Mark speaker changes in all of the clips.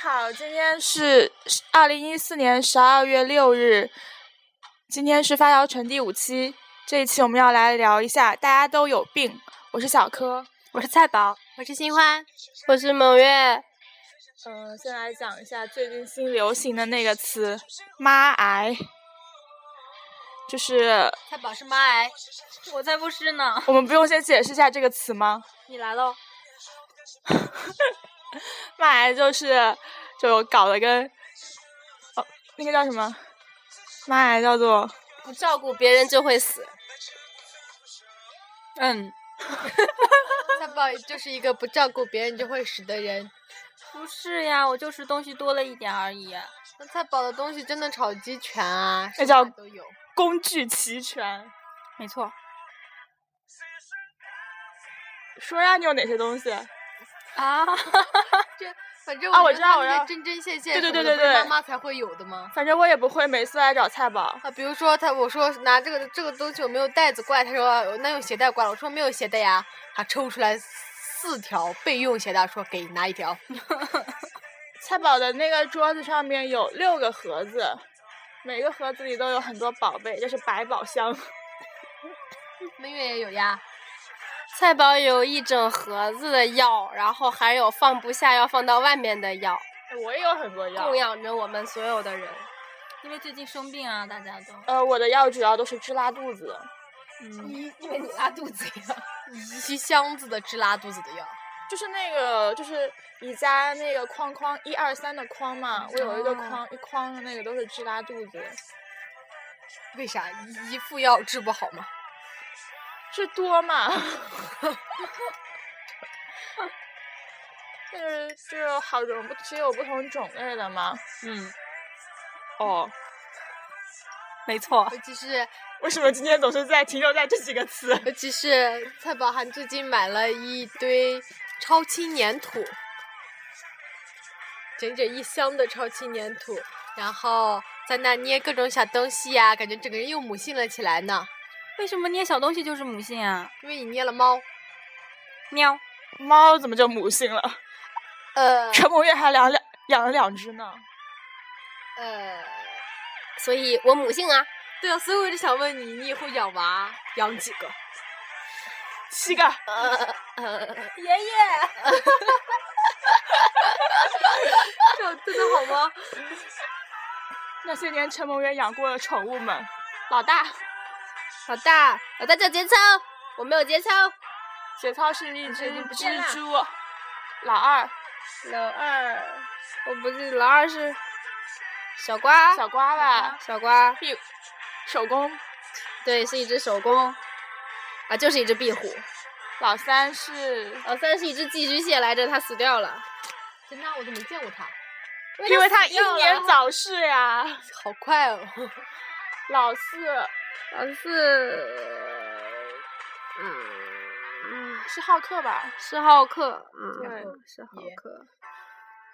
Speaker 1: 好，今天是二零一四年十二月六日，今天是发条城第五期。这一期我们要来聊一下大家都有病。我是小柯，
Speaker 2: 我是菜宝，
Speaker 3: 我是新欢，
Speaker 4: 我是蒙月。
Speaker 1: 嗯、呃，先来讲一下最近新流行的那个词“妈癌”，就是
Speaker 3: 菜宝是妈癌，我才不是呢。
Speaker 1: 我们不用先解释一下这个词吗？
Speaker 3: 你来喽。
Speaker 1: 妈癌就是就搞得跟哦那个叫什么？妈癌叫做
Speaker 4: 不照顾别人就会死。
Speaker 2: 嗯，
Speaker 3: 菜宝就是一个不照顾别人就会死的人。
Speaker 2: 不是呀，我就是东西多了一点而已、啊。
Speaker 3: 那菜宝的东西真的炒鸡全啊，
Speaker 1: 那叫
Speaker 3: 都有，
Speaker 1: 工具齐全。
Speaker 2: 没错。
Speaker 1: 说呀，你有哪些东西？
Speaker 3: 啊， 这反正
Speaker 1: 啊，我知道，我知道，
Speaker 3: 针针线线，
Speaker 1: 对对对对对，
Speaker 3: 妈妈才会有的吗？
Speaker 1: 反正我也不会，每次来找菜宝
Speaker 3: 啊，比如说他，我说拿这个这个东西我没有带子挂，他说啊那用鞋带挂了，我说没有鞋带呀，他抽出来。四条备用鞋带，说给拿一条。
Speaker 1: 菜宝的那个桌子上面有六个盒子，每个盒子里都有很多宝贝，这是百宝箱。
Speaker 3: 明月也有呀。
Speaker 4: 菜宝有一整盒子的药，然后还有放不下要放到外面的药。
Speaker 1: 哎我也有很多药，
Speaker 4: 供养着我们所有的人。
Speaker 2: 因为最近生病啊，大家都。
Speaker 1: 呃，我的药主要都是治拉肚子。
Speaker 3: 嗯，你因为你拉肚子呀。 一箱子的治拉肚子的药，
Speaker 1: 就是那个，就是你家那个框框一二三的框嘛，我有一个框、哦、一框的那个都是治拉肚子。
Speaker 3: 为啥一副药治不好吗？
Speaker 1: 是多嘛？ 就是就是好种不只有不同种类的嘛。
Speaker 2: 嗯。
Speaker 1: 哦。
Speaker 2: 没
Speaker 4: 哦
Speaker 2: 错。
Speaker 3: 尤其是。
Speaker 1: 为什么今天总是在停留在这几个词？
Speaker 3: 尤其是蔡宝涵最近买了一堆超轻粘土，整整一箱的超轻粘土，然后在那捏各种小东西呀、啊，感觉整个人又母性了起来呢。
Speaker 2: 为什么捏小东西就是母性啊？
Speaker 3: 因为你捏了猫，
Speaker 2: 喵，
Speaker 1: 猫怎么就母性了？
Speaker 3: 呃，
Speaker 1: 陈某月还养两养了两只呢。
Speaker 3: 呃，
Speaker 4: 所以我母性啊。
Speaker 3: 对啊，所以我就想问你，你以后养娃养几个？
Speaker 1: 七个。呃
Speaker 2: 呃、爷爷，
Speaker 3: 这真的好吗？
Speaker 1: 那些年陈梦圆养过的宠物们，
Speaker 4: 老大，老大，老大叫节操，我没有节操。
Speaker 1: 节操是一只蜘蛛。老二，
Speaker 4: 老二，我不是老二是小瓜，
Speaker 1: 小瓜吧，
Speaker 4: 小瓜。
Speaker 1: 屁股。手工，
Speaker 4: 对，是一只手工，啊，就是一只壁虎。
Speaker 1: 老三是
Speaker 4: 老三是一只寄居蟹来着，它死掉了。
Speaker 3: 真的，我都没见过它，
Speaker 1: 因为它英年早逝呀、啊，
Speaker 3: 好快哦。
Speaker 1: 老四，
Speaker 4: 老四， 嗯
Speaker 1: 嗯，是浩克吧？
Speaker 4: 是浩克，嗯，
Speaker 1: 对，
Speaker 4: 是浩克。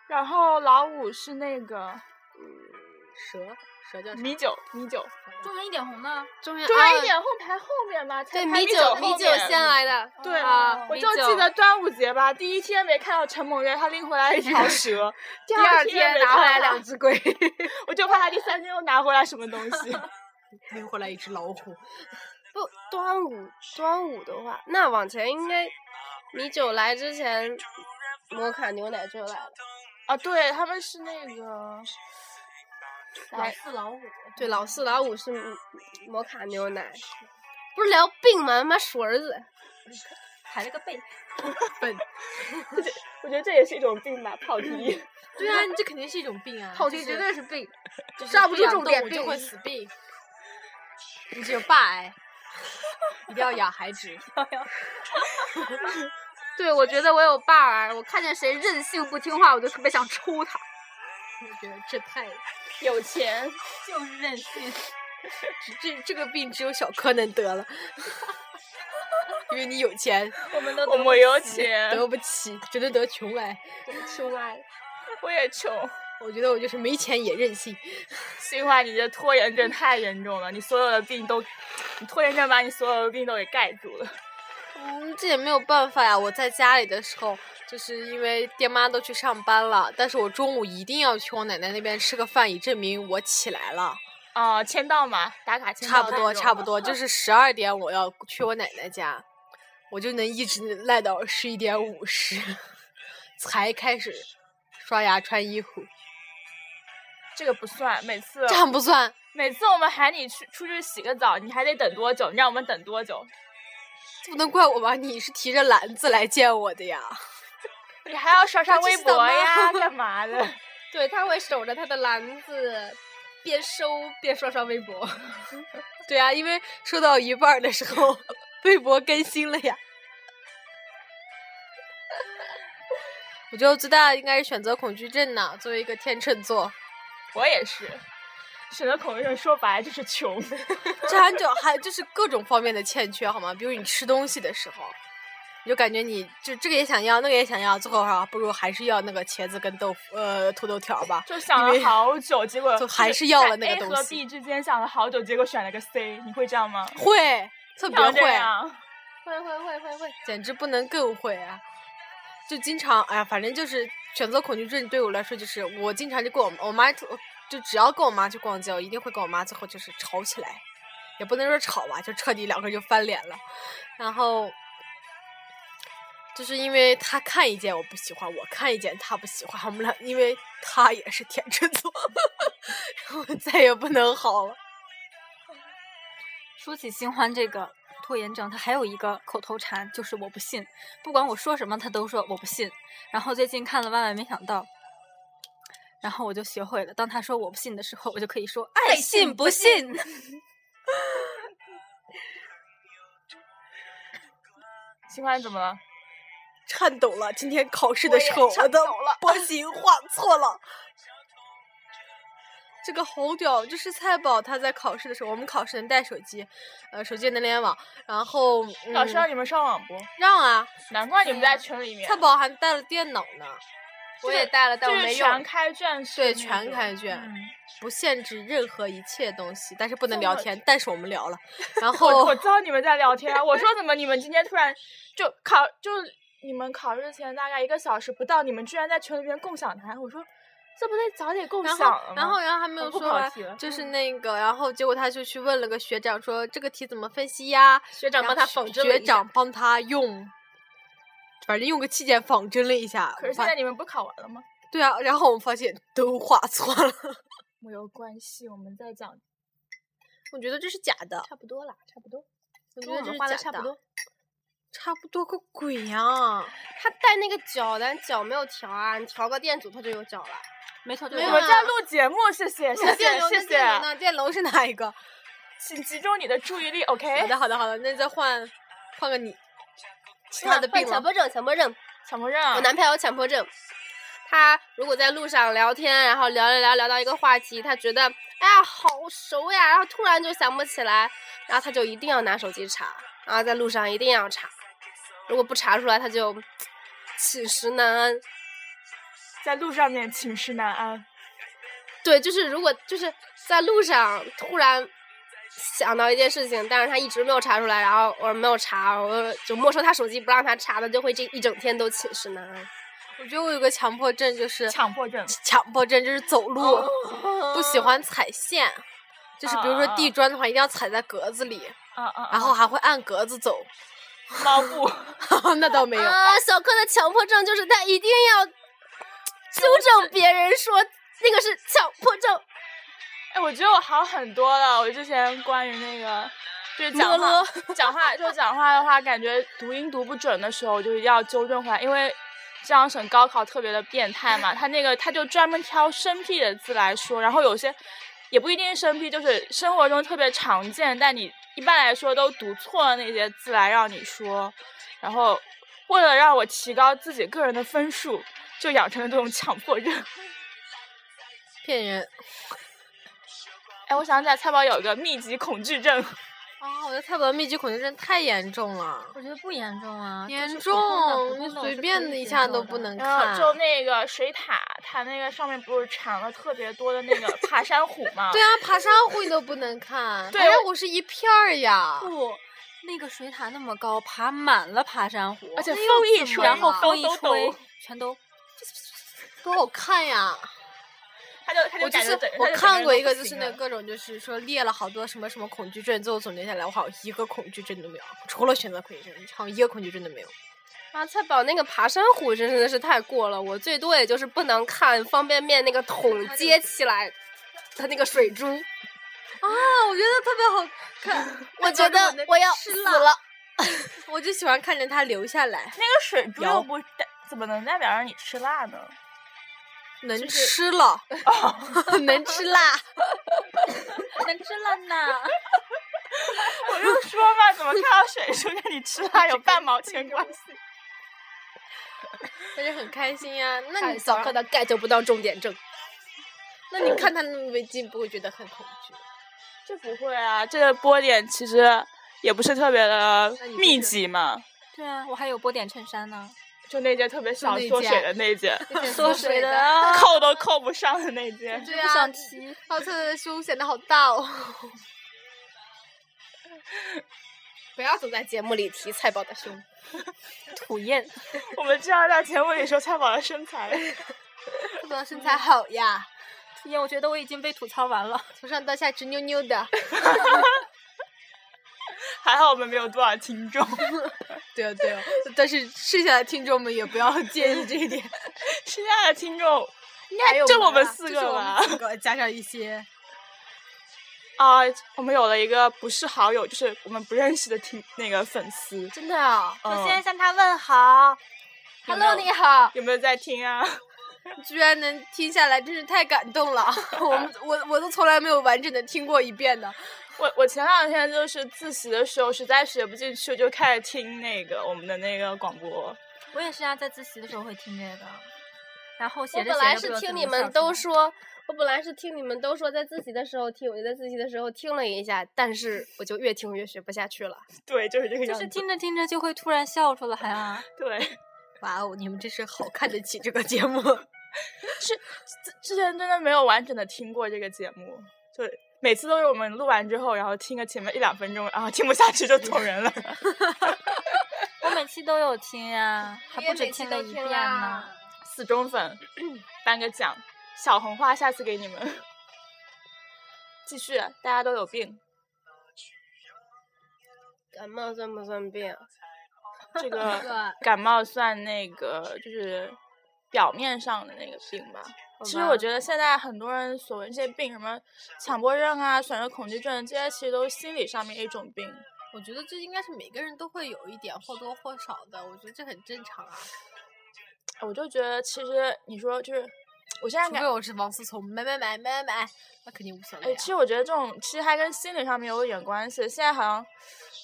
Speaker 1: 然后老五是那个，
Speaker 3: 蛇。蛇叫
Speaker 1: 米酒，米酒，
Speaker 2: 中原一点红呢？
Speaker 4: 中啊
Speaker 1: 原中原一点红排后面吧，
Speaker 4: 对，
Speaker 1: 米
Speaker 4: 酒
Speaker 1: 米
Speaker 4: 酒先来的，
Speaker 1: 对，
Speaker 4: 啊、
Speaker 1: 我就记得端午节吧，第一天没看到陈某月，他拎回来一条蛇，
Speaker 4: 第
Speaker 1: 二
Speaker 4: 天拿回来两只龟，
Speaker 1: 我就怕他第三天又拿回来什么东西，
Speaker 3: 拎回来一只老虎。
Speaker 4: 不，端午端午的话，那往前应该米酒来之前，摩卡牛奶就来了，啊，
Speaker 1: 对，他们是那个。
Speaker 3: 老四老五，
Speaker 4: 对，老四老五是摩卡牛奶，不是聊病吗？他妈鼠儿子，
Speaker 3: 啊
Speaker 2: 还了个背，
Speaker 3: 笨
Speaker 1: 我觉得这也是一种病吧，跑题。
Speaker 3: 对啊，你这肯定是一种病啊，
Speaker 4: 跑题绝对是病，
Speaker 3: 抓
Speaker 4: 不住重点，
Speaker 3: 就会死病。你只有爸哎癌， 一定要养孩子。
Speaker 4: 对，我觉得我有爸癌，我看见谁任性不听话，我就特别想抽他。
Speaker 3: 我觉得这太
Speaker 1: 有钱，
Speaker 2: 就是任性。
Speaker 3: 这这个病只有小柯能得了， 因为你有钱，
Speaker 2: 我们 都
Speaker 1: 我没有钱，
Speaker 3: 得不起，只能 得穷癌。
Speaker 4: 穷癌，
Speaker 1: 我也穷。
Speaker 3: 我觉得我就是没钱也任性。
Speaker 1: 新华，你这拖延症太严重了，你所有的病都，你拖延症把你所有的病都给盖住了。
Speaker 3: 嗯，这也没有办法呀。我在家里的时候，就是因为爹妈都去上班了，但是我中午一定要去我奶奶那边吃个饭，以证明我起来了。
Speaker 1: 哦，签到嘛，打卡签到
Speaker 3: 差不多，
Speaker 1: 那种
Speaker 3: 差不多，就是十二点我要去我奶奶家，我就能一直赖到十一点五十 才开始刷牙穿衣服，
Speaker 1: 这个不算。每次
Speaker 3: 这样不算。
Speaker 1: 每次我们喊你去出去洗个澡，你还得等多久？你让我们等多久？
Speaker 3: 这不能怪我吧？你是提着篮子来见我的呀。
Speaker 1: 你还要刷刷微博呀，
Speaker 4: 我知 道
Speaker 1: 干嘛的？
Speaker 4: 对，他会守着他的篮子，边收边刷刷微博。
Speaker 3: 对啊，因为收到一半儿的时候，微博更新了呀。我觉得我最大的应该是选择恐惧症呢。作为一个天秤座，
Speaker 1: 我也是，选择恐惧症说白了就是穷。
Speaker 3: 这很久还就是各种方面的欠缺，好吗？比如你吃东西的时候，你就感觉你就这个也想要，那个也想要，最后哈，不如还是要那个茄子跟豆腐呃土豆条儿吧。
Speaker 1: 就想了好久，结果
Speaker 3: 就是还是要了那个
Speaker 1: 在
Speaker 3: 东
Speaker 1: A 和
Speaker 3: 西
Speaker 1: B 之间想了好久，结果选了个 C，你会这样吗？
Speaker 3: 会，特别
Speaker 1: 像这
Speaker 3: 会。
Speaker 1: 样
Speaker 4: 会会会会会，
Speaker 3: 简直不能更会啊！就经常，哎呀，反正就是选择恐惧症对我来说，就是我经常就跟我我妈就，就只要跟我妈去逛街，我一定会跟我妈最后就是吵起来，也不能说吵吧，就彻底两个人就翻脸了。然后就是因为她看一件我不喜欢，我看一件她不喜欢，我们俩因为她也是天秤座， 然后再也不能好了。
Speaker 2: 说起新欢这个拖延症，他还有一个口头禅，就是我不信，不管我说什么，他都说我不信。然后最近看了《万万没想到》，然后我就学会了，当他说我不信的时候，我就可以说爱信不信。
Speaker 1: 新欢怎么了？
Speaker 3: 颤抖了，今天考试
Speaker 4: 我
Speaker 3: 的
Speaker 4: 也
Speaker 3: 时候我
Speaker 4: 颤
Speaker 3: 的
Speaker 4: 抖了
Speaker 3: 波形画错了。这个好屌！就是菜宝他在考试的时候，我们考试能带手机，呃，手机也能联网，然后、嗯、
Speaker 1: 老师让你们上网不？
Speaker 3: 让啊，
Speaker 1: 难怪你们在群里面
Speaker 3: 菜，宝还带了电脑呢，
Speaker 4: 我也带了，但
Speaker 1: 就
Speaker 4: 我
Speaker 1: 是
Speaker 4: 没
Speaker 1: 全
Speaker 4: 用。
Speaker 1: 开卷式那
Speaker 3: 对，
Speaker 1: 种，
Speaker 3: 全开卷，
Speaker 1: 嗯。
Speaker 3: 不限制任何一切东西，但是不能聊
Speaker 1: 这么
Speaker 3: 天，但是我 们聊了，然
Speaker 1: 我我
Speaker 3: 后
Speaker 1: 知道你们在聊天啊， 我说怎么你们今天突然就考就你们考试前大概一个小时不到，你们居然在群里面共享谈，我说这不得早点共
Speaker 3: 然
Speaker 1: 享
Speaker 3: 后
Speaker 1: 了吗？
Speaker 3: 然后然后还没
Speaker 1: 我
Speaker 3: 有
Speaker 1: 不
Speaker 3: 说
Speaker 1: 考
Speaker 3: 完
Speaker 1: 题了，嗯
Speaker 3: 就是那个，然后结果他就去问了个学长说这个题怎么分析呀？
Speaker 4: 学长
Speaker 3: 然
Speaker 4: 帮
Speaker 3: 后
Speaker 4: 他
Speaker 3: 学
Speaker 4: 仿真了
Speaker 3: 学
Speaker 4: 一下
Speaker 3: 长帮他用，反正用个器件仿真了一下。
Speaker 1: 可是
Speaker 3: 我发
Speaker 1: 现在你们不考完了吗？
Speaker 3: 对啊，然后我们发现都画错了。
Speaker 1: 没有关系，我们在讲
Speaker 3: 我觉得这是假的，
Speaker 4: 差不多啦，差不多。
Speaker 3: 我觉
Speaker 4: 跟
Speaker 3: 得
Speaker 4: 我
Speaker 3: 这
Speaker 4: 们
Speaker 3: 是
Speaker 4: 画
Speaker 3: 假的。
Speaker 4: 的差不多，。
Speaker 3: 差不多个鬼呀、
Speaker 4: 他带那个脚，但脚没有调啊，你调个电阻它就有脚了。
Speaker 2: 没错，就
Speaker 3: 没
Speaker 2: 是
Speaker 1: 我
Speaker 3: 有
Speaker 2: 这
Speaker 1: 们
Speaker 3: 啊
Speaker 2: 样
Speaker 1: 在录节目，谢谢谢
Speaker 3: 那电
Speaker 1: 谢
Speaker 3: 流
Speaker 1: 谢
Speaker 3: 那电流
Speaker 1: 谢，
Speaker 3: 呢？电流是哪一个？
Speaker 1: 请集中你的注 意力
Speaker 3: 好
Speaker 1: ，OK？
Speaker 3: 的，好的，好的，那再换换个你。其
Speaker 4: 是
Speaker 3: 他
Speaker 4: 啊
Speaker 3: 的
Speaker 4: 患
Speaker 3: 病
Speaker 4: 强
Speaker 3: 了，
Speaker 4: 迫症，强迫症。
Speaker 1: 强迫症啊，
Speaker 4: 我
Speaker 3: 嗯
Speaker 4: 男朋友强迫症，他如果在路上聊天，然后聊聊聊聊到一个话题，他觉得哎呀好熟呀，然后突然就想不起来，然后他就一定要拿手机查，然后在路上一定要查，如果不查出来，他就寝食难安。
Speaker 1: 在路上面寝食难安，
Speaker 4: 对，就是如果就是在路上突然想到一件事情，但是他一直没有查出来，然后我没有查，我就没收他手机不让他查，他就会这一整天都寝食难安。
Speaker 3: 我觉得我有个强迫症，就是哦
Speaker 1: 强迫 症。
Speaker 3: 强迫症，就是走路、不喜欢踩线，就是比如说
Speaker 1: 啊啊啊
Speaker 3: 地砖的话，一定要踩在格子里，
Speaker 1: 啊啊！
Speaker 3: 然后还会按格子走。
Speaker 1: 猫步，
Speaker 3: 那倒没有，
Speaker 4: 啊，小柯的强迫症就是他一定要纠正别人说那个是强迫症。
Speaker 1: 哎，我觉得我好很多了。我之前关于那个，就是讲
Speaker 3: 摸
Speaker 1: 话讲话，就讲话的话，感觉读音读不准的时候，我就一定要纠正回来，因为这样省高考特别的变态嘛。他那个他就专门挑生僻的字来说，然后有些也不一定是生僻，就是生活中特别常见，但你一般来说都读错的那些字来让你说。然后为了让我提高自己个人的分数，就养成了这种强迫症。
Speaker 3: 骗人
Speaker 1: 哎，我想起来，菜宝有一个密集恐惧症。
Speaker 3: 啊！我的蔡宝的密集恐惧症太严重了，
Speaker 2: 我觉得不严重啊，
Speaker 3: 严
Speaker 2: 就是
Speaker 3: 重
Speaker 2: 普通的，
Speaker 3: 随便的一下都不。能
Speaker 1: 然
Speaker 3: 看。
Speaker 1: 后就那个水獭，它那个上面不是缠了特别多的那个爬山虎吗？
Speaker 3: 对啊，爬山虎你都不能看，
Speaker 1: 对
Speaker 3: 爬山
Speaker 1: 我
Speaker 3: 虎是一片儿呀。
Speaker 2: 不，那个水塔那么高，爬满了爬山虎，
Speaker 1: 而且
Speaker 2: 那
Speaker 1: 风
Speaker 2: 又
Speaker 1: 一
Speaker 2: 怎么
Speaker 1: 吹
Speaker 2: 然后
Speaker 1: 抖
Speaker 2: 风一
Speaker 1: 抖
Speaker 2: 吹
Speaker 1: 抖，
Speaker 2: 全都
Speaker 3: 多好看呀！
Speaker 1: 他就他就
Speaker 3: 我就
Speaker 1: 感
Speaker 3: 是
Speaker 1: 觉整
Speaker 3: 我
Speaker 1: 他就整
Speaker 3: 看
Speaker 1: 人
Speaker 3: 过
Speaker 1: 都
Speaker 3: 一
Speaker 1: 不
Speaker 3: 个，就
Speaker 1: 行
Speaker 3: 是那
Speaker 1: 了
Speaker 3: 各种就是说列了好多什么什么恐惧症，最后总结下来，我好像一个恐惧症都没有，除了选择恐惧症，好像一个恐惧症都没有。
Speaker 4: 啊，菜宝那个爬山虎真的是太过了，我最多也就是不能看方便面那个桶接起来的那个水 珠，
Speaker 3: 啊，我觉得特别好看， 我觉
Speaker 4: 觉得
Speaker 3: 得
Speaker 4: 我要
Speaker 3: 吃
Speaker 4: 死
Speaker 3: 了，
Speaker 4: 了。
Speaker 3: 我就喜欢看着它流下来，
Speaker 1: 那个水珠
Speaker 3: 摇
Speaker 1: 又不代怎么能代表让你吃辣呢？
Speaker 3: 能
Speaker 4: 就是
Speaker 3: 吃 了，能吃 辣。
Speaker 2: 能吃了 呢。
Speaker 1: 我就说嘛，怎么看到水珠跟你吃辣有半毛钱关系？
Speaker 3: 但是很开心呀、那
Speaker 4: 太
Speaker 3: 你早
Speaker 4: 早看
Speaker 3: 看，
Speaker 4: 到 get 不到重点正，
Speaker 3: 那你看它那么近，不会觉得很恐惧？
Speaker 1: 这不会啊，这个波点其实也不是特别的
Speaker 3: 那你不
Speaker 1: 密
Speaker 3: 是
Speaker 1: 集嘛，
Speaker 2: 对啊，我还有波点衬衫呢，
Speaker 1: 就那件特别想
Speaker 3: 那
Speaker 1: 缩
Speaker 3: 件
Speaker 1: 水的那件，
Speaker 2: 缩水的，啊，
Speaker 1: 扣都扣不上的那件。
Speaker 3: 对
Speaker 2: 不
Speaker 3: 啊
Speaker 2: 想，提。
Speaker 3: 奥特的胸显得好大哦。
Speaker 4: 不要总在节目里提菜宝的胸。
Speaker 2: 吐艳，
Speaker 1: 我们这样在节目里说菜宝的身材，
Speaker 3: 这宝身材好呀，
Speaker 2: 吐艳，我觉得我已经被吐槽完了。
Speaker 3: 从上到下直扭扭的。
Speaker 1: 还好我们没有多少听众，
Speaker 3: 对
Speaker 4: 啊
Speaker 3: 哦对哦， 但是剩下的听众们也不要介意这一点，
Speaker 1: 剩下的听众应
Speaker 3: 还有
Speaker 1: 就我们
Speaker 3: 啊
Speaker 1: 四
Speaker 3: 就
Speaker 1: 个
Speaker 3: 是我们
Speaker 1: 吧。
Speaker 3: 四个加上一些，
Speaker 1: 啊，我们有了一个不是好友，就是我们不认识的听那个粉丝。
Speaker 3: 真的啊，
Speaker 1: 嗯
Speaker 2: 向他问好
Speaker 1: 有没有
Speaker 4: ，Hello，你好，
Speaker 1: 有没有在听啊？
Speaker 3: 居然能听下来，真是太感动了。 我们我我都从来没有完整的听过一遍的。
Speaker 1: 我我前两天就是自习的时候，实在学不进去，就开始听那个我们的那个广播。
Speaker 2: 我也是啊，在自习的时候会听这个，然后
Speaker 4: 我
Speaker 2: 写着
Speaker 4: 本
Speaker 2: 写
Speaker 4: 来
Speaker 2: 着不知
Speaker 4: 是
Speaker 2: 道
Speaker 4: 听
Speaker 2: 怎
Speaker 4: 你
Speaker 2: 么
Speaker 4: 们
Speaker 2: 笑出
Speaker 4: 都
Speaker 2: 来
Speaker 4: 说，我本来是听你们都说在自习的时候听，我就在自习的时候听了一下，但是我就越听越学不下去了。
Speaker 1: 对，就是
Speaker 4: 嗯
Speaker 1: 这个
Speaker 2: 就
Speaker 1: 样子。
Speaker 2: 是听着听着就会突然笑出来啊。
Speaker 1: 对，
Speaker 3: 哇哦，你们真是好看得起这个节目。
Speaker 1: 是之之前真的没有完整的听过这个节目，就每次都是我们录完之后，然后听个前面一两分钟，然后听不下去就走人了。
Speaker 2: 我每期都有听呀、还
Speaker 4: 你也
Speaker 2: 不止
Speaker 4: 每期
Speaker 2: 了
Speaker 4: 都
Speaker 2: 一
Speaker 4: 听
Speaker 2: 遍
Speaker 4: 啦
Speaker 2: 呢。
Speaker 1: 死忠粉颁个奖，小红花下次给你们。继续，大家都有病，
Speaker 4: 感冒算不算病？
Speaker 1: 这个感冒算那个就是表面上的那个病吧。其实我觉得现在很多人所谓这些病，什么强迫症啊、选择恐惧症，这些其实都是心理上面一种病。
Speaker 3: 我觉得这应该是每个人都会有一点或多或少的，我觉得这很正常啊。
Speaker 1: 我就觉得，其实你说就是，我现在
Speaker 3: 除
Speaker 1: 感
Speaker 3: 非我是王思聪，买买买买买，那肯定无所
Speaker 1: 哎，
Speaker 3: 谓、啊
Speaker 1: 其。实我觉得这种其实还跟心理上面有一点关系。现在好像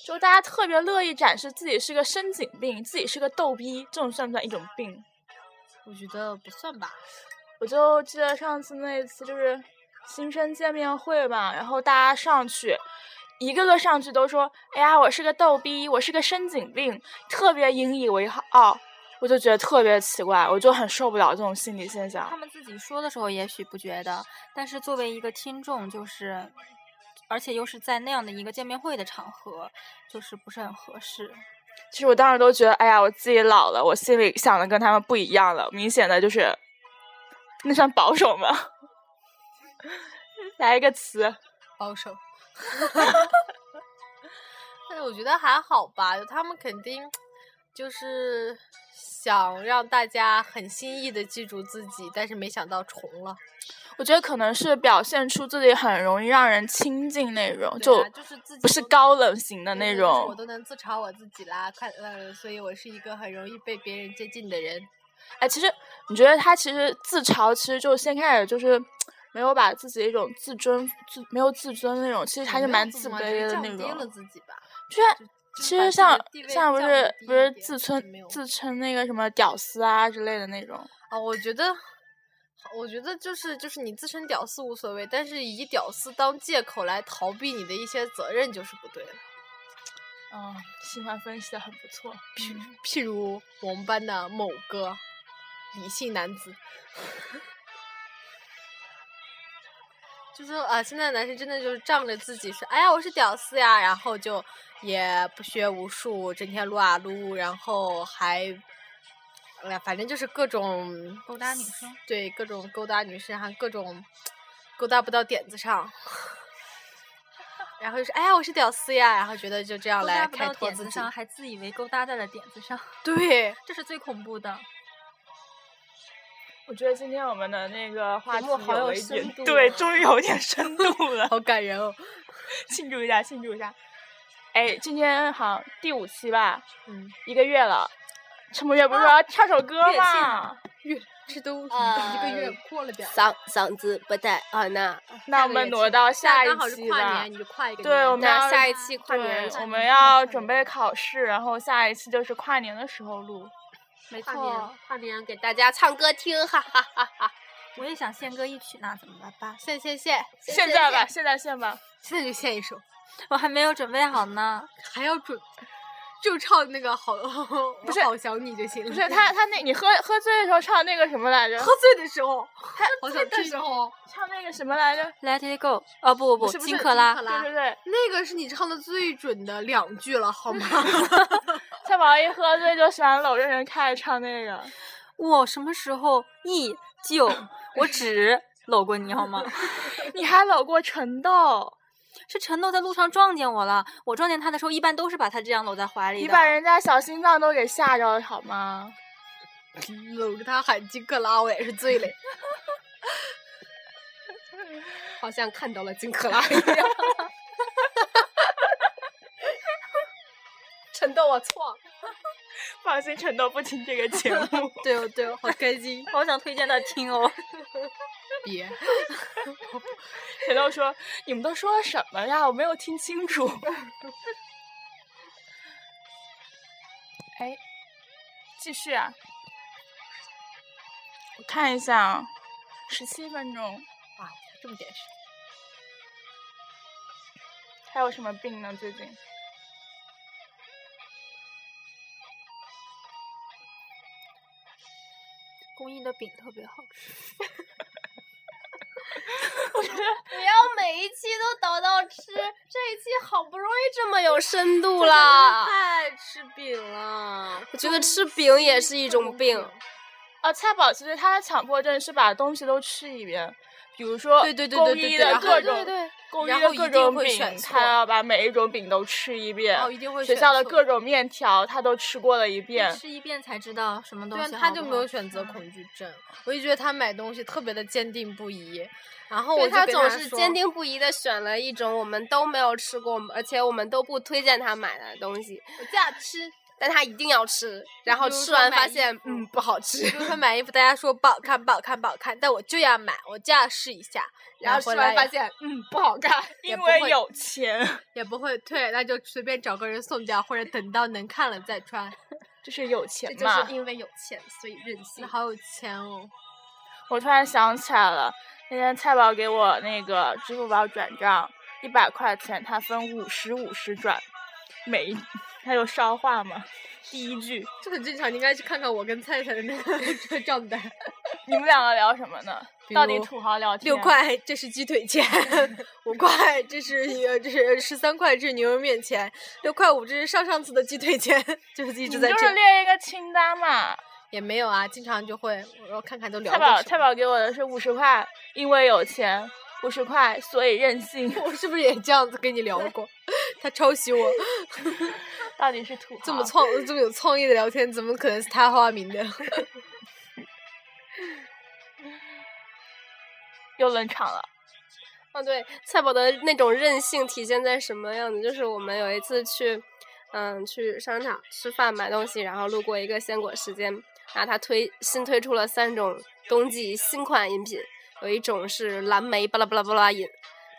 Speaker 1: 就大家特别乐意展示自己是个深井病，自己是个逗逼，这种算不算一种病？
Speaker 3: 我觉得不算吧。
Speaker 1: 我就记得上次那一次就是新生见面会吧，然后大家上去，一个个上去都说：“哎呀，我是个逗逼，我是个深井病，特别引以为傲。”我就觉得特别奇怪，我就很受不了这种心理现象
Speaker 2: 他。们自己说的时候也许不觉得，但是作为一个听众，就是，而且又是在那样的一个见面会的场合，就是不是很合适。
Speaker 1: 其实我当时都觉得，哎呀，我自己老了，我心里想的跟他们不一样了，明显的就是，那算保守吗？ 来一个词，
Speaker 3: 保守。 但是我觉得还好吧，他们肯定就是想让大家很心意的记住自己，但是没想到重了。
Speaker 1: 我觉得可能是表现出自己很容易让人亲近那种，
Speaker 3: 对啊就是自己
Speaker 1: 不是
Speaker 3: 都
Speaker 1: 高冷型的
Speaker 3: 对
Speaker 1: 那
Speaker 3: 对就是
Speaker 1: 种
Speaker 3: 我。都能自嘲我自己啦，快呃，所以我是一个很容易被别人接近的人。
Speaker 1: 哎，其实你觉得他其实自嘲，其实就先开始就是没有把自己一种自尊、自没有自尊那种，其实还
Speaker 3: 也
Speaker 1: 是
Speaker 3: 没有
Speaker 1: 蛮
Speaker 3: 自
Speaker 1: 自
Speaker 3: 我
Speaker 1: 卑的
Speaker 3: 啊降
Speaker 1: 那
Speaker 3: 低了
Speaker 1: 种。
Speaker 3: 自己吧。
Speaker 1: 就是
Speaker 3: 就就
Speaker 1: 其
Speaker 3: 把
Speaker 1: 实
Speaker 3: 自己的
Speaker 1: 像
Speaker 3: 地位
Speaker 1: 像不
Speaker 3: 降
Speaker 1: 是
Speaker 3: 低
Speaker 1: 不
Speaker 3: 一
Speaker 1: 是
Speaker 3: 点
Speaker 1: 自
Speaker 3: 就
Speaker 1: 称
Speaker 3: 没有
Speaker 1: 自称那个什么屌丝啊之类的那种。
Speaker 3: 啊，我觉得，我觉得就是就是你自称屌丝无所谓，但是以屌丝当借口来逃避你的一些责任就是不对了。
Speaker 1: 嗯，新番分析的很不错。
Speaker 3: 譬如我们班的某个理性男子，就是啊、呃现在的男生真的就是仗着自己是，哎呀，我是屌丝呀，然后就也不学无术，整天撸啊撸，然后还，哎呀，反正就是各种
Speaker 2: 勾搭女生，
Speaker 3: 对，各种勾搭女生，还各种勾搭不到点子上。然后就说，哎呀，我是屌丝呀，然后觉得就这样
Speaker 2: 勾搭
Speaker 3: 来
Speaker 2: 不
Speaker 3: 开
Speaker 2: 到
Speaker 3: 拓
Speaker 2: 点
Speaker 3: 自
Speaker 2: 子
Speaker 3: 己。
Speaker 2: 上，还自以为勾搭在了点子上，
Speaker 3: 对，
Speaker 2: 这是最恐怖的。
Speaker 1: 我觉得今天我们的那个话
Speaker 4: 节
Speaker 1: 题
Speaker 4: 目好有
Speaker 1: 了一
Speaker 4: 深
Speaker 1: 点，
Speaker 4: 度
Speaker 1: 对，
Speaker 4: 啊
Speaker 1: 终于有一点深度 了，
Speaker 3: 好感人哦。
Speaker 1: 庆祝一下，庆祝一下。哎，今天好像第五期吧，
Speaker 3: 嗯，
Speaker 1: 一个月了。陈柏月不是说要跳首歌
Speaker 2: 月庆
Speaker 1: 吗？
Speaker 3: 月这都
Speaker 4: 呃
Speaker 2: 啊
Speaker 3: 一个月过了点儿，
Speaker 4: 嗓嗓子不太
Speaker 3: 啊
Speaker 4: 好呢。
Speaker 1: 那我们挪到下一
Speaker 3: 刚好是
Speaker 1: 期
Speaker 3: 跨
Speaker 1: 吧
Speaker 3: 年，。你就跨一个年。
Speaker 1: 对，我们
Speaker 4: 那
Speaker 1: 要
Speaker 4: 下一期跨年
Speaker 1: 对，
Speaker 4: 了
Speaker 1: 我们要准备考试，然后下一期就是跨年的时候录。
Speaker 2: 没
Speaker 4: 跨年，跨年给大家唱歌听，哈哈哈哈！
Speaker 2: 我也想献歌一曲呢，怎么办 吧？
Speaker 3: 现现现
Speaker 4: 谢
Speaker 1: 现
Speaker 4: 谢
Speaker 1: 在吧，现在现吧，
Speaker 3: 现在就献一首，
Speaker 2: 我还没有准备好呢。
Speaker 3: 还要准，就唱那个好， 不
Speaker 1: 是
Speaker 3: 好想你就行了。
Speaker 1: 不是他他那，你喝喝醉的时候唱那个什么来着
Speaker 3: 喝？醉的时候，好
Speaker 1: 醉
Speaker 3: 想
Speaker 1: 的
Speaker 3: 听哦
Speaker 1: 时候唱那个什么来着？
Speaker 2: Let it go，哦不不
Speaker 1: 不是不是
Speaker 2: 金克拉
Speaker 3: 金克，拉
Speaker 1: 对对对，
Speaker 3: 那个是你唱的最准的两句了，好吗？
Speaker 1: 夏宝一喝醉就喜欢搂着人开始唱那 个。
Speaker 2: 我什么时候忆旧？ 我只搂过你好吗？
Speaker 1: 你还搂过陈豆？
Speaker 2: 是陈豆在路上撞见我了，我撞见他的时候一般都是把他这样搂在怀里
Speaker 1: 你
Speaker 2: 的。
Speaker 1: 把人家小心脏都给吓着了好吗？
Speaker 3: 搂着嗯他喊金克拉，我也是醉了。
Speaker 4: 好像看到了金克拉一样。 陈豆，我错了。
Speaker 1: 放心，陈豆不听这个节目。
Speaker 3: 对哦对哦，好开心
Speaker 2: 。好想推荐他听哦。
Speaker 3: 别，
Speaker 1: 陈豆说：“你们都说了什么呀？我没有听清楚。” 哎，继续啊！我看一下啊，十七分钟，
Speaker 3: 这么点事。
Speaker 1: 还有什么病呢？最近
Speaker 2: 公益的饼特别好吃，
Speaker 4: 不要每一期都倒到吃，这一期好不容易这么有深度啦。
Speaker 3: 太吃饼了，
Speaker 4: 我觉得吃饼也是一种病。
Speaker 1: 啊，蔡宝其实他的强迫症是把东西都吃一遍，比如说
Speaker 3: 对对对
Speaker 1: 公
Speaker 3: 对对
Speaker 1: 医
Speaker 3: 对
Speaker 1: 的
Speaker 3: 然后
Speaker 1: 各
Speaker 3: 对
Speaker 1: 种
Speaker 4: 对
Speaker 1: 公
Speaker 3: 然
Speaker 1: 益
Speaker 3: 后
Speaker 1: 的
Speaker 3: 一
Speaker 1: 各
Speaker 3: 定
Speaker 1: 种
Speaker 3: 会
Speaker 1: 饼
Speaker 3: 选，错
Speaker 1: 他要把每一种饼都吃一遍。
Speaker 3: 哦，一定会
Speaker 1: 学
Speaker 3: 选
Speaker 1: 校的
Speaker 3: 错
Speaker 1: 各种面条他都吃过了一遍。
Speaker 2: 吃一遍才知道什么东
Speaker 3: 对啊，
Speaker 2: 西好不好吃。
Speaker 3: 他就没有选择恐惧症，我就觉得他买东西特别的坚定不移。然后我
Speaker 4: 对
Speaker 3: 就
Speaker 4: 他
Speaker 3: 跟
Speaker 4: 总是
Speaker 3: 说
Speaker 4: 坚，定不移的选了一种我们都没有吃过，而且我们都不推荐他买的东西，
Speaker 3: 我就要吃。
Speaker 4: 但他一定要吃，然后
Speaker 3: 比如
Speaker 4: 吃
Speaker 3: 说
Speaker 4: 完
Speaker 3: 买
Speaker 4: 发
Speaker 3: 衣
Speaker 4: 现
Speaker 3: 服
Speaker 4: 嗯不好吃
Speaker 3: 比，如说买衣服，大家说不好看，不好看，不好看，但我就要买，我就要试一下，
Speaker 4: 然后吃
Speaker 3: 回
Speaker 4: 完
Speaker 3: 来
Speaker 4: 发
Speaker 3: 也
Speaker 4: 现嗯不 好看。
Speaker 3: 也
Speaker 1: 因
Speaker 3: 不
Speaker 1: 为
Speaker 3: 会
Speaker 1: 有钱，
Speaker 3: 也不会退，那就随便找个人送掉，或者等到能看了再穿。
Speaker 1: 就是有钱
Speaker 4: 这就
Speaker 1: 嘛
Speaker 4: 是。因为有钱，所以任性
Speaker 3: 那。好有钱哦！
Speaker 1: 我突然想起来了，那天菜宝给我那个支付宝转账一百块钱，他分五十五十转，每一他有烧话嘛。第一句，
Speaker 3: 这很正常，你应该去看看我跟菜菜的那个 账单。
Speaker 1: 你们两个聊什么呢？
Speaker 3: 比
Speaker 1: 到底
Speaker 3: 如
Speaker 1: 土豪聊天？
Speaker 3: 六，块，这是鸡 腿钱；五块，这是呃这是十三块，这是牛肉面钱；六块五，这是上上次的鸡腿钱， 就是一
Speaker 1: 你
Speaker 3: 直
Speaker 1: 们
Speaker 3: 在
Speaker 1: 就是
Speaker 3: 这。
Speaker 1: 列一个清单嘛。
Speaker 3: 也没有啊，经常就会我看看都聊
Speaker 1: 菜宝
Speaker 3: 过
Speaker 1: 菜
Speaker 3: 什
Speaker 1: 宝给我的是五十块，因为有钱；五十块，所以任 性。
Speaker 3: 么。我是不是也这样子跟你聊过？ 他抄袭我，
Speaker 1: 到底是土豪？
Speaker 3: 这么创这么有创意的聊天，怎么可能是他发明的？
Speaker 1: 又冷场了。
Speaker 4: 哦，对，菜宝的那种任性体现在什么样子？就是我们有一次去，嗯，去商场吃饭买东西，然后路过一个鲜果时间，然后他推新推出了三种冬季新款饮品，有一种是蓝莓巴拉巴拉巴拉饮，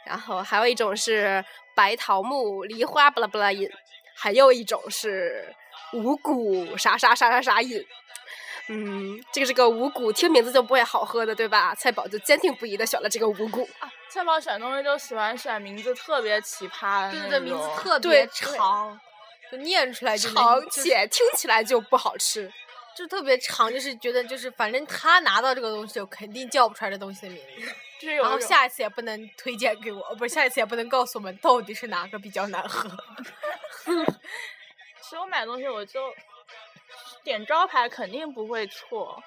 Speaker 4: 然后还有一种是白桃木梨花巴拉巴拉饮，还有一种是五谷啥啥啥啥啥饮。嗯，这个是个五谷，听名字就不会好喝的，对吧？菜宝就坚定不移的选了这个五谷。
Speaker 1: 啊，菜宝选东西就喜欢选名字特别奇葩的
Speaker 3: 对
Speaker 1: 那种，
Speaker 3: 对对，名字特
Speaker 4: 哎对
Speaker 3: 别长，就念出来就能
Speaker 4: 长
Speaker 3: 就是
Speaker 4: 且听起来就不好吃。
Speaker 3: 就特别长，就是觉得就是反正他拿到这个东西，我肯定叫不出来这东西的名字，
Speaker 1: 就是有
Speaker 3: 然后
Speaker 1: 一种
Speaker 3: 下一次也不能推荐给我，不是下一次也不能告诉我们到底是哪个比较难喝。
Speaker 1: 其实我买东西我就点招牌肯定不会错。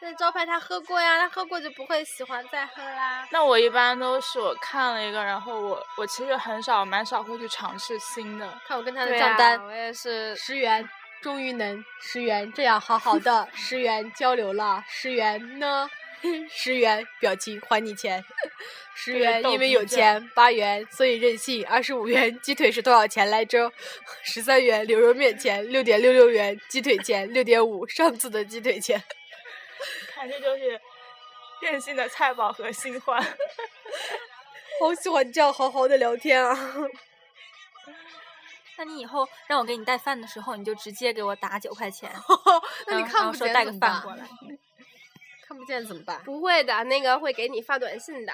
Speaker 4: 那招牌他喝过呀，他喝过就不会喜欢再喝啦。
Speaker 1: 那我一般都是我看了一个，然后我我其实很少蛮少会去尝试新的。
Speaker 3: 看我跟他
Speaker 4: 他
Speaker 3: 的
Speaker 4: 的
Speaker 3: 账
Speaker 2: 啊
Speaker 4: 账
Speaker 3: 单
Speaker 4: 单，，啊我也是
Speaker 3: 十元，终于能十元这样好好 的十元交流了，十元呢？ 十元表情还你钱， 十
Speaker 1: 这个
Speaker 3: 元
Speaker 1: 逗
Speaker 3: 因为
Speaker 1: 逼
Speaker 3: 有
Speaker 1: 劲
Speaker 3: 钱，八元所以任性，二十五元鸡腿是多少钱来着？ 十三元牛肉面钱，六点六六元鸡腿钱，六点五上次的鸡腿钱。
Speaker 1: 看，这就是任性的菜饱和新 欢。
Speaker 3: 好喜欢这样好好的聊天啊！
Speaker 2: 那你以后让我给你带饭的时候，你就直接给我打九块 钱，
Speaker 3: 那你
Speaker 2: 然后
Speaker 3: 看
Speaker 2: 然后
Speaker 3: 不
Speaker 2: 说
Speaker 3: 见
Speaker 2: 带
Speaker 3: 怎
Speaker 2: 个
Speaker 3: 么办
Speaker 2: 饭过来。
Speaker 3: 看不见怎么办？
Speaker 4: 不会的，那个会给你发短信的。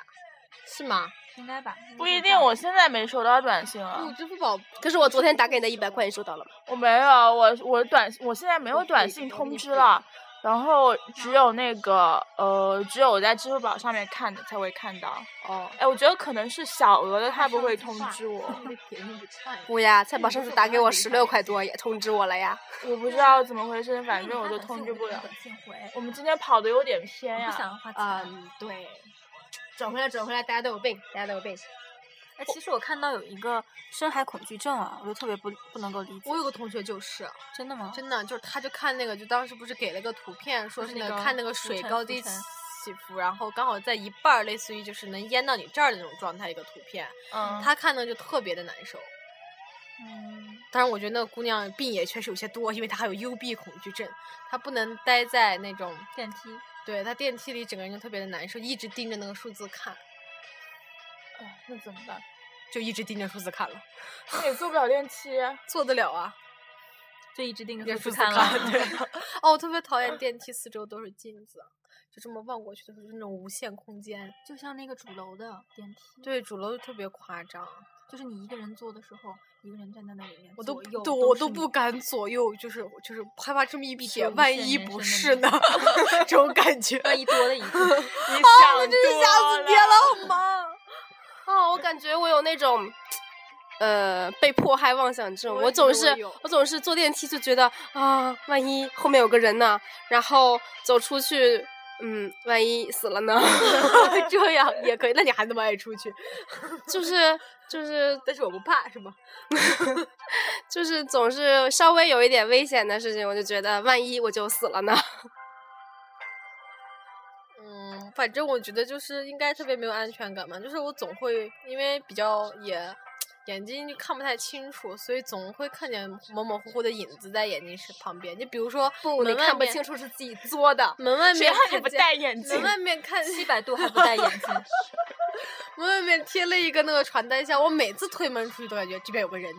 Speaker 3: 是吗？哎
Speaker 2: 应该吧？
Speaker 1: 不一定，我现在没收到短信啊
Speaker 3: 不，，支付宝
Speaker 4: 可是我昨天打给你的一百块，你收到了吗？
Speaker 1: 我没有，我我短我现在没有短信通知了，然后只有那个呃，只有我在支付宝上面看的才会看到。
Speaker 3: 哦，
Speaker 1: 哎，我觉得可能是小额的，他不会通知我，
Speaker 4: 不呀，菜宝上次打给我十六块多，也通知我了呀。
Speaker 1: 我不知道怎么回事，反正我就通知不了。
Speaker 2: 啊
Speaker 1: 我们今天跑的有点偏
Speaker 2: 不
Speaker 1: 呀，
Speaker 2: 想花钱。，
Speaker 3: 对，
Speaker 4: 转回来，转回来，大家都有病，大家都有病。
Speaker 2: 哎，其实我看到有一个深海恐惧症啊，我就特别不不能够理解。
Speaker 3: 我有个同学就是，
Speaker 2: 真的吗？
Speaker 3: 真的就是他就看那个，就当时不是给了个图片，说
Speaker 2: 就是
Speaker 3: 是那
Speaker 2: 那
Speaker 3: 个
Speaker 2: 个
Speaker 3: 看那个
Speaker 2: 浮
Speaker 3: 水
Speaker 2: 沉
Speaker 3: 高
Speaker 2: 浮
Speaker 3: 低
Speaker 2: 沉
Speaker 3: 起伏，然后刚好在一半儿，类似于就是能淹到你这儿的那种状态一个图片，
Speaker 1: 嗯，
Speaker 3: 他看的就特别的难受。
Speaker 1: 嗯
Speaker 3: 当然，我觉得那个姑娘病也确实有些多，因为她还有幽闭恐惧症，她不能待在那种，
Speaker 2: 电梯
Speaker 3: 对她电梯里整个人就特别的难受，一直盯着那个数字看，
Speaker 1: 哎那怎么办？
Speaker 3: 就一直盯着数字看了，
Speaker 1: 那也坐不了电梯。，
Speaker 3: 做得了啊？
Speaker 2: 就一直盯
Speaker 3: 也
Speaker 2: 着
Speaker 3: 字
Speaker 2: 数字看了。
Speaker 3: 对。哦，我特别讨厌电梯四周都是镜子，就这么望过去都是那种无限空间。
Speaker 2: 就像那个主楼的电梯，
Speaker 3: 对，主楼就特别夸张，
Speaker 2: 就是你一个人坐的时候，一个人站在那里面，
Speaker 3: 我都
Speaker 2: 左
Speaker 3: 不
Speaker 2: 右
Speaker 3: 对我
Speaker 2: 是
Speaker 3: 都
Speaker 2: 你
Speaker 3: 不敢左右，就是就是害怕这么一
Speaker 2: 是
Speaker 3: 瞥，
Speaker 2: 无
Speaker 3: 万
Speaker 2: 限
Speaker 3: 一
Speaker 2: 延
Speaker 3: 不是
Speaker 2: 伸
Speaker 3: 呢
Speaker 2: 的？
Speaker 3: 这种感觉。
Speaker 2: 万一多了一个
Speaker 1: 你想
Speaker 3: 我真是
Speaker 1: 多
Speaker 3: 吓死爹
Speaker 1: 了。
Speaker 3: 了，好吗？
Speaker 4: 哦，我感觉我有那种，呃，被迫害妄想症。
Speaker 3: 我
Speaker 4: 我
Speaker 3: 也
Speaker 4: 总
Speaker 3: 有我
Speaker 4: 是
Speaker 3: 也有
Speaker 4: 我总是坐电梯就觉得啊，万一后面有个人呢，然后走出去，嗯，万一死了呢，
Speaker 3: 这样也可以，那你还那么爱出去？
Speaker 4: 就是就是
Speaker 3: 但是我不怕，是吗？
Speaker 4: 就是总是稍微有一点危险的事情，我就觉得万一我就死了呢。
Speaker 3: 嗯，反正我觉得就是应该特别没有安全感嘛，就是我总会因为比较也眼睛就看不太清楚，所以总会看见模模糊糊的影子在眼睛是旁边。你比如说
Speaker 4: 不，你
Speaker 3: 门外
Speaker 4: 看不
Speaker 3: 面
Speaker 4: 清，楚是自己作的。
Speaker 3: 门外
Speaker 1: 谁
Speaker 3: 面
Speaker 1: 让你
Speaker 3: 看
Speaker 1: 不
Speaker 3: 见
Speaker 1: 戴眼镜
Speaker 3: 门？外面看
Speaker 2: 七百度还不戴眼镜，
Speaker 3: 门外面贴了一个那个传单箱，我每次推门出去都感觉这边有个人，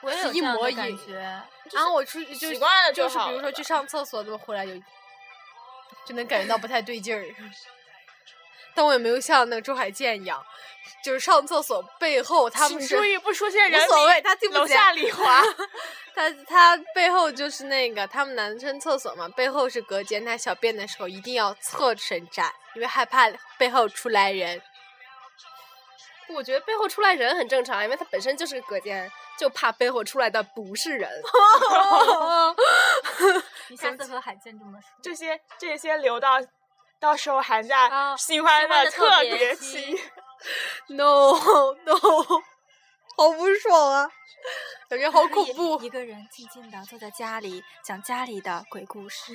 Speaker 2: 我也
Speaker 3: 是
Speaker 2: 有
Speaker 3: 一
Speaker 2: 这样
Speaker 3: 模
Speaker 2: 的
Speaker 3: 一
Speaker 2: 感觉。
Speaker 3: 然后我出去就
Speaker 1: 习惯了
Speaker 3: 就
Speaker 1: 就是
Speaker 3: 比
Speaker 1: 好
Speaker 3: 如说
Speaker 1: 了
Speaker 3: 去上厕所，怎么回来就就能感觉到不太对劲儿。 但我也没有像那个周海健一样，就是上厕所背后他
Speaker 1: 请
Speaker 3: 们是
Speaker 1: 注意不出现人
Speaker 3: 无所
Speaker 1: 名
Speaker 3: 谓，他听不
Speaker 1: 楼
Speaker 3: 见。
Speaker 1: 下李华，
Speaker 3: 他他背后就是那个他们男生厕所嘛，背后是隔间，他小便的时候一定要侧身站，因为害怕背后出来人。
Speaker 4: 我觉得背后出来人很正常，因为它本身就是隔间，就怕背后出来的不是人。
Speaker 2: 哦 你下次和海健这么说。
Speaker 1: 这些这些留到到时候寒假
Speaker 2: 啊
Speaker 1: 新欢的
Speaker 2: 欢的特
Speaker 1: 别
Speaker 2: 别
Speaker 1: 期
Speaker 2: 期。
Speaker 3: no no，好不爽 啊！感觉好恐怖。
Speaker 2: 一个人静静的坐在家里，讲家里的鬼故事。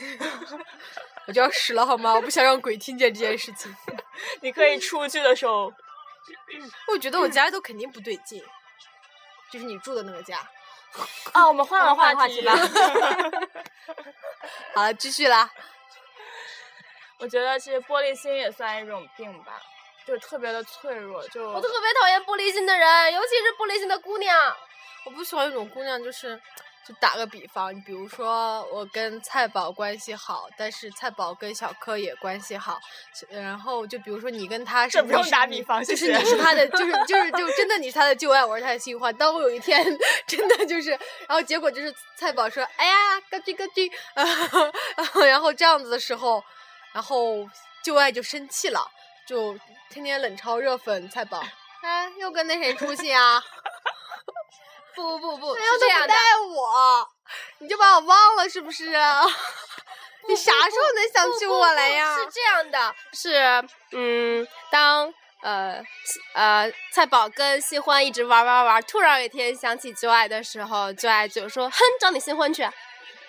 Speaker 3: 我就要死了好吗？我不想让鬼听见这件事情。
Speaker 1: 你可以出去的时候，
Speaker 3: 我觉得我家都肯定不对劲，就是你住的那个家。
Speaker 1: 啊，我们换
Speaker 2: 换
Speaker 1: 话
Speaker 2: 话
Speaker 1: 题
Speaker 2: 题吧
Speaker 3: 好了，继续啦。
Speaker 1: 我觉得其实玻璃心也算一种病吧，就是特别的脆弱，就
Speaker 3: 哦
Speaker 4: 我特别讨厌玻璃心的人，尤其是玻璃心的姑娘。
Speaker 3: 我不喜欢有种姑娘，就是就打个比方，你比如说我跟菜宝关系好，但是菜宝跟小柯也关系好，呃然后就比如说你跟他是
Speaker 1: 这不用
Speaker 3: 你是
Speaker 1: 打
Speaker 3: 你
Speaker 1: 比方谢
Speaker 3: 就是你
Speaker 1: 谢
Speaker 3: 是他的，就是就是就真的你是他的旧爱，我是他的新欢。当我有一天真的就是，然后结果就是菜宝说：“哎呀，咯吱咯吱。 啊”然后这样子的时候，然后旧爱就生气了，就天天冷嘲热讽菜宝。哎，又跟那谁出去 啊？
Speaker 2: 不不不不，是
Speaker 3: 他又
Speaker 2: 这
Speaker 3: 都
Speaker 2: 样
Speaker 3: 不
Speaker 2: 的，
Speaker 3: 带我，你就把我忘了是不是 啊？你啥时候能想
Speaker 2: 不
Speaker 3: 起
Speaker 2: 不
Speaker 3: 我
Speaker 2: 不
Speaker 3: 来呀？
Speaker 2: 是这样的，是嗯，当呃呃菜宝跟新欢一直玩玩玩，突然有一天想起旧爱的时候，旧爱就说：“哼，找你新欢去。”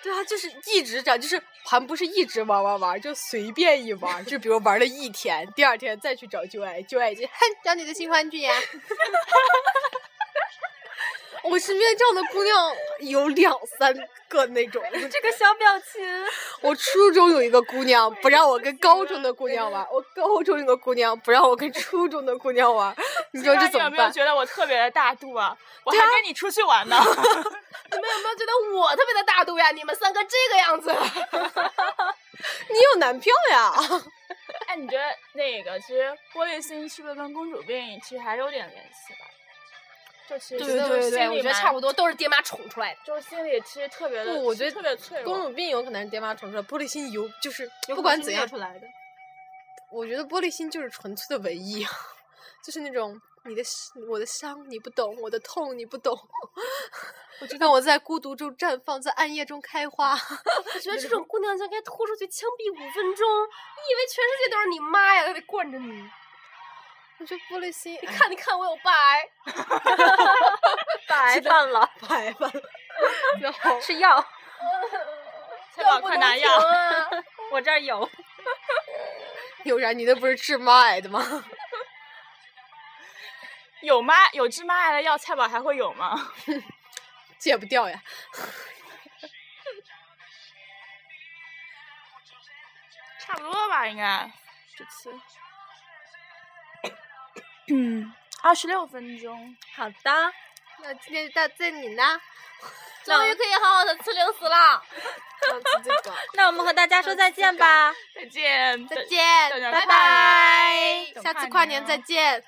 Speaker 3: 对啊，就是一直这样，就是还不是一直玩玩玩，就随便一玩，就比如玩了一天，第二天再去找旧爱，旧爱就哼， 找你的新欢去呀。 我身边这样的姑娘有两三个那种。
Speaker 4: 这个小 表情，
Speaker 3: 我初中有一个姑娘不让我跟高中的姑娘玩，我高中有个姑娘不让我跟初中的姑娘玩，你说这
Speaker 1: 你
Speaker 3: 怎
Speaker 1: 有
Speaker 3: 么
Speaker 1: 没有
Speaker 3: 办？
Speaker 1: 觉得我特别的大度啊？我还跟你出去玩 呢。
Speaker 2: 你们有没有觉得我特别的大度呀？你们三个这个样子，
Speaker 3: 你有男票呀？
Speaker 1: 哎，你觉得那个其实玻璃心是不是跟公主病其实还是有点联系吧？就其实
Speaker 3: 对对对
Speaker 1: 心
Speaker 2: 我
Speaker 1: 里
Speaker 2: 觉得
Speaker 1: 蛮
Speaker 2: 差不多都是爹妈宠出来的。
Speaker 1: 就是心里其实特别的，
Speaker 3: 不我
Speaker 1: 其实
Speaker 3: 觉得
Speaker 1: 特别脆弱。
Speaker 3: 公主病有可能是爹妈宠出来，玻璃心有就是不
Speaker 4: 有可能
Speaker 3: 管
Speaker 4: 是
Speaker 3: 怎
Speaker 4: 虐
Speaker 3: 样，
Speaker 4: 出来的。
Speaker 3: 我觉得玻璃心就是纯粹的文艺，啊 就是那种你的我的伤你不懂，我的痛你不懂。我就让我在孤独中绽放，在暗夜中开花。
Speaker 2: 我觉得这种姑娘就应该拖出去枪毙五分钟。你以为全世界都是你妈呀？她得惯着你。
Speaker 3: 我觉得玻璃心，
Speaker 2: 你看，你看，我有爸哎癌。
Speaker 4: 白饭了，
Speaker 3: 白吧。
Speaker 4: 然后吃药，
Speaker 1: 菜宝快拿药！
Speaker 4: 我这儿有。
Speaker 3: 有啥？你那不是治妈癌的吗？
Speaker 1: 有妈有治妈癌的药，菜宝还会有吗？
Speaker 3: 戒不掉 呀。
Speaker 1: 差不多吧，应该这次。嗯，二十六分钟。
Speaker 4: 好的，
Speaker 3: 那今天就到这里 啦。
Speaker 2: 终于可以好好的吃零食了。
Speaker 3: 上次这个。
Speaker 4: 那我们和大家说再见吧。
Speaker 1: 再见，
Speaker 3: 再见，
Speaker 1: 大家
Speaker 3: 拜
Speaker 1: 跨
Speaker 3: 拜，
Speaker 1: 年
Speaker 3: 下次跨年再见。